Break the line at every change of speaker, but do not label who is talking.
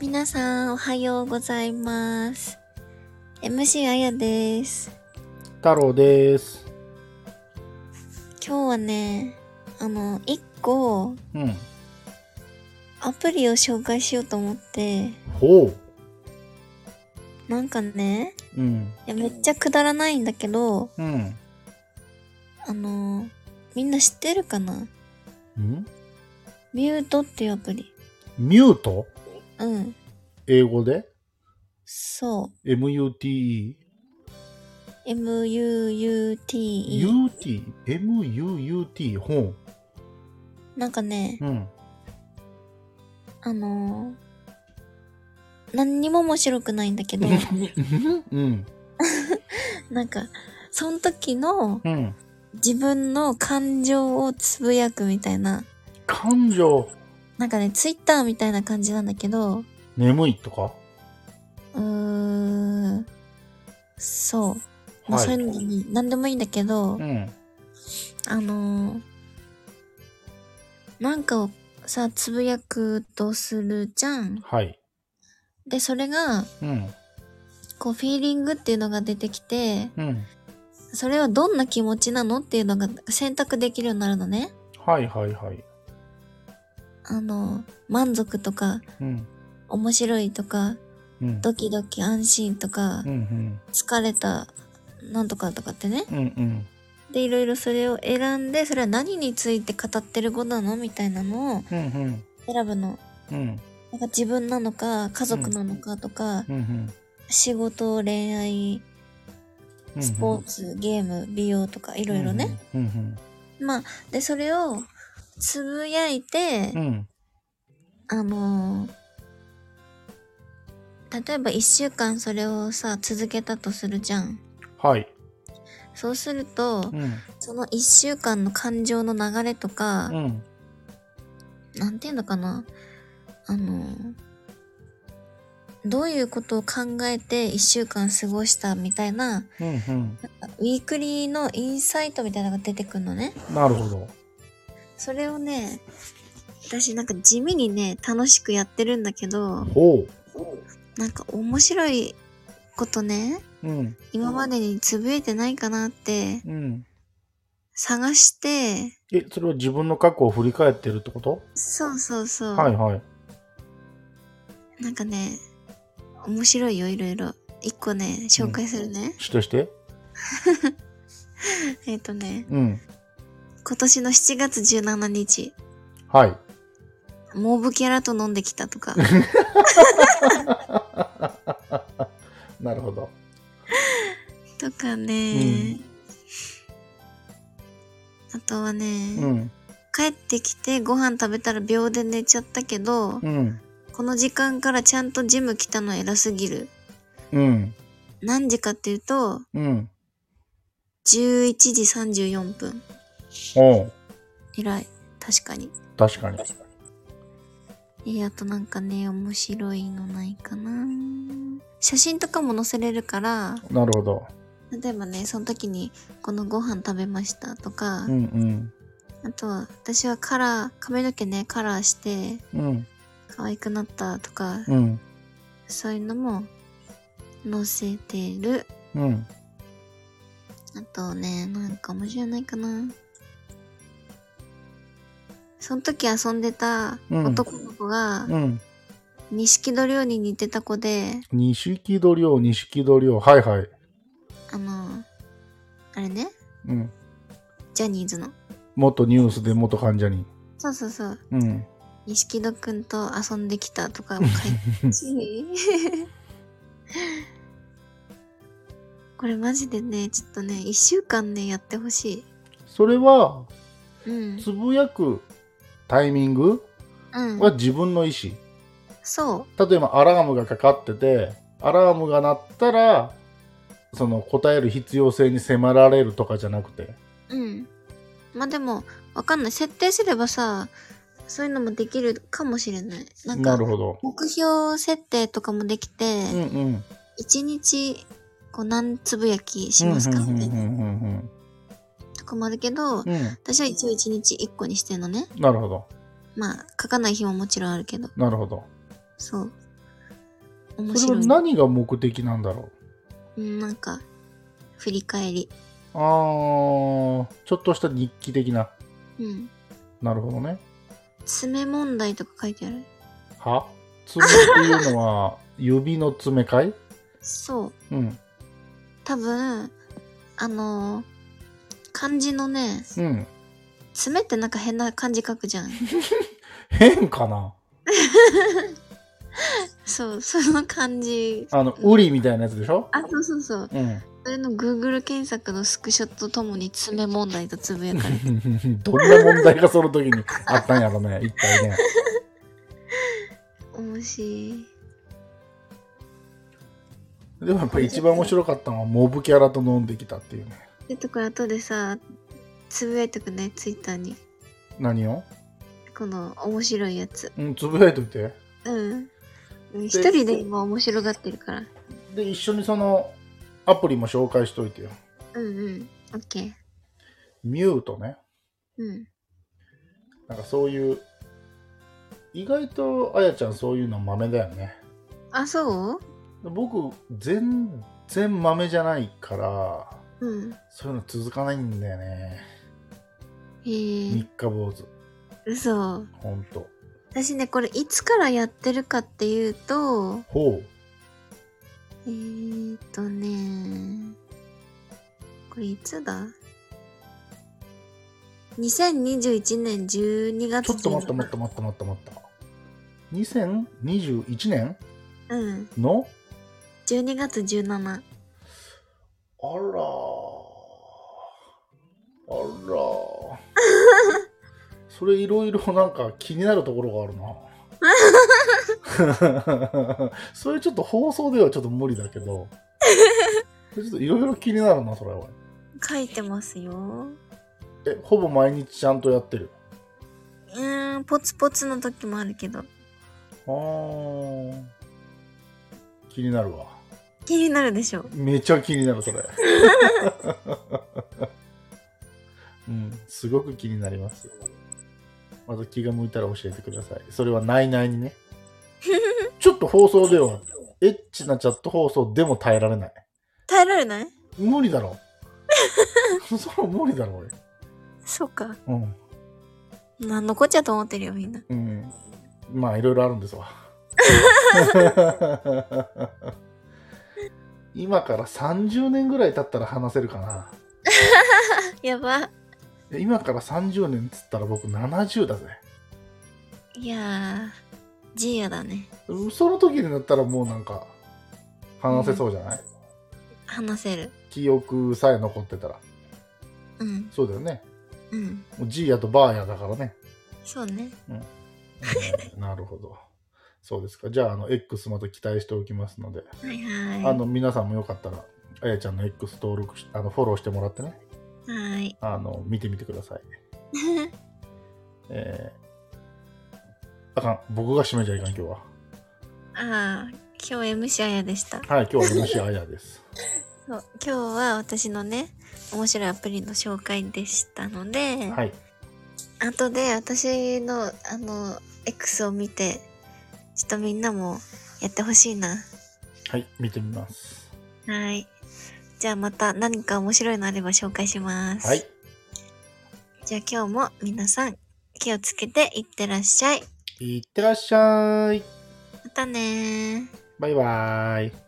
皆さん、おはようございます。MC あやです。
太郎です。
今日はね、あの、一個、
うん。
アプリを紹介しようと思って、
ほ
なんかね、
う。うん。
いやめっちゃくだらないんだけど、
うん。
あの、みんな知ってるかなんミュートっていうアプリ。
ミュート
うん。
英語で
そ
?M-U-T-E。
う。M-U-U-T-E。
U-T。M-U-U-T。ほう。
なんかね
う、ん。
あのー、何にも面白くないんだけど、
うん。
なんか、その時の
うん。
自分の感情をつぶやくみたいな、
感情。
なんかね、ツイッターみたいな感じなんだけど、
眠いとか
うーん、そう。まあ、
はい
そういうのに何でもいいんだけど、
うん。
あのー、なんかをさ、つぶやくとするじゃん。
はい。
で、それが、
うん。
こう、フィーリングっていうのが出てきて、
うん。
それはどんな気持ちなのっていうのが選択できるようになるのね。
はいはいはい。
あの、満足とか、
うん。
面白いとか、
うん。
ドキドキ安心とか
うんう、ん。
疲れた、なんとかとかってね。
うんうん。
で、いろいろそれを選んで、それは何について語ってることなのみたいなのを
うんうん。
選ぶの。
うん。
なんか自分なのか、家族なのかとか、
うんうん。
仕事、恋愛、
うん
スポーツ、ゲーム、美容とか、いろいろね。。
うん
まあ、で、それを、つぶやいて、
うん。うん。
あのー例えば一週間それをさ、続けたとするじゃん。
はい。
そうすると
う、ん。
その一週間の感情の流れとか
う、ん。
なんていうのかな。あのーどういうことを考えて一週間過ごしたみたいな、
うんうん。
ウィークリーのインサイトみたいなのが出てくるのね。
なるほど。
それをね、私なんか地味にね、楽しくやってるんだけど、
ほ
なんか面白いことね、
う。うん。
今までにつぶえてないかなって
うん。
探して、
え、それは自分の過去を振り返ってるってこと
そうそうそう、
はいはい。
なんかね、面白いよ、いろいろ。一個ね、紹介するね。
してして。
えっ、とね、
うん。
今年の7月17日、
はい。
モブキャラと飲んできたとか、
なるほど。
とかね、あとはね、
うん。
帰ってきてご飯食べたら秒で寝ちゃったけど、
うん。
この時間からちゃんとジム来たの偉すぎる。
うん。
何時かっていうと、
うん。
11時34分。
おう
偉い。確かに。
確かに。
えーあとなんかね、面白いのないかな。写真とかも載せれるから、
なるほど。
例えばね、その時にこのご飯食べましたとか、
うん
あとは私はカラー、髪の毛ね、カラーして
うん。うん。
可愛くなったとか、
うん。
そういうのも載せてる。
うん。
あとね、なんか面白いないかな。その時遊んでた
うん
男の子が、
うん。
錦戸亮に似てた子で、
錦戸亮、錦戸亮。はいはい。
あの、あれね、
うん。
ジャニーズの。
元ニュースで元患者に。
そうそうそう。
うん。
錦戸くんと遊んできたと かも書いてるし。これマジでね、ちょっとね、一週間ね、やってほし
それは、
い。うん。
つぶやくタイミング
うん。
は自分の意思。
そう。
例えばアラームがかかっててアラームが鳴ったらその答える必要性に迫られるとかじゃなくて
うん。まあでも、わかんない。設定すればさ、そういうのもできるかもしれない。な
なん
か、
るほど
目標設定とかもできて、
うんうん
一日、こう、何つぶやきし
うん
ますか
うん
みたいな
うん
とかもあるけど、
うんうん
私は一応一日一個にしてんのね。
なるほど
まあ、書かない日ももちろんあるけど、
なるほど
そう。面
それ
白。
はい何が目的なんだろ
うんなんか、振り返り。
うああちょっとした日記的な
うん。
なるほどね
爪問題とか書いてある。
は爪っていうの は指の爪かい
そう。
うん
多分、あのー漢字のね、
うん
爪ってなんか変な漢字書くじゃ ん。
変かな
そう、その漢字。
あのウリみたいなやつでしょ
あ、そうそうそう。
うん
それの Google 検索のスクショとともに爪問題とつぶやかれ て
どんな問題がその時にあったんやろね一体ね
面白い。
でもやっぱり一番面白かったのはモブキャラと飲んできたっていうね
で、とこれ後でさ、つぶやいとくね、ツイッターに。
何を
この面白いやつ。
うんつぶやいといて
うん。一人で今面白がってるから。
で一緒にそのアプリも紹介しといてよ
うんうん。オッケー。
ミュートね
うん。
なんかそういう意外とあやちゃんそういうの豆だよね
あ、そう
僕全然豆じゃないから
うん。
そういうの続かないんだよね
へえ
三日坊主
嘘。
ほんと
私ね、これいつからやってるかっていうと、
ほう
えーっとね、これいつだ ?2021 年12月
ちょっと待った待った待った待った待った2021年
た。うん。
の
12月17。
あらーあらー それいろいろなんか気になるところがある なそれちょっと放送ではちょっと無理だけどちょっといろいろ気になるなそれは
書いてますよ。
えほぼ毎日ちゃんとやってる
うーん、ポツポツの時もあるけど。
あー気になるわ
気になるでしょ。
めちゃ気になる それうんすごく気になりますまた気が向いたら教えてくださいそれはないない にねちょっと放送ではエッチなチャット放送でも耐えられない
耐えられない
無理だ ろそれは無理だろ俺
そうか。
うん、
なんのこっちゃと思ってるよ、みんな。
うん、まあいろいろあるんです わ今から30年ぐらい経ったら話せるかな
やば。
え今から30年っつったら僕70だぜ
いやー、ジーヤだね。
うんその時になったらもうなんか話せそうじゃない、
話せる。
記憶さえ残ってたら
うん、
そうだよね
うん。
もう G やとバーやだから ね、
そうね。
うんなるほどそうですかじゃああの X また期待しておきますので、
はいはい。
あの皆さんもよかったらあやちゃんの X 登録しあのフォローしてもらってね
はい。
あの見てみてくださいえーあかん僕が締めちゃいかん今日は
ああ、今日 MC あやでした。
はい今日は MC あや です
そう今日は私のね、面白いアプリの紹介でしたので、
はい
後で私の、あの、X を見て、ちょっとみんなもやってほしいな。
はい見てみます
はい。じゃあまた何か面白いのあれば紹介します。
はい。
じゃあ今日も皆さん気をつけていってらっしゃい。
いってらっしゃい。
またねー。
バイバーイ。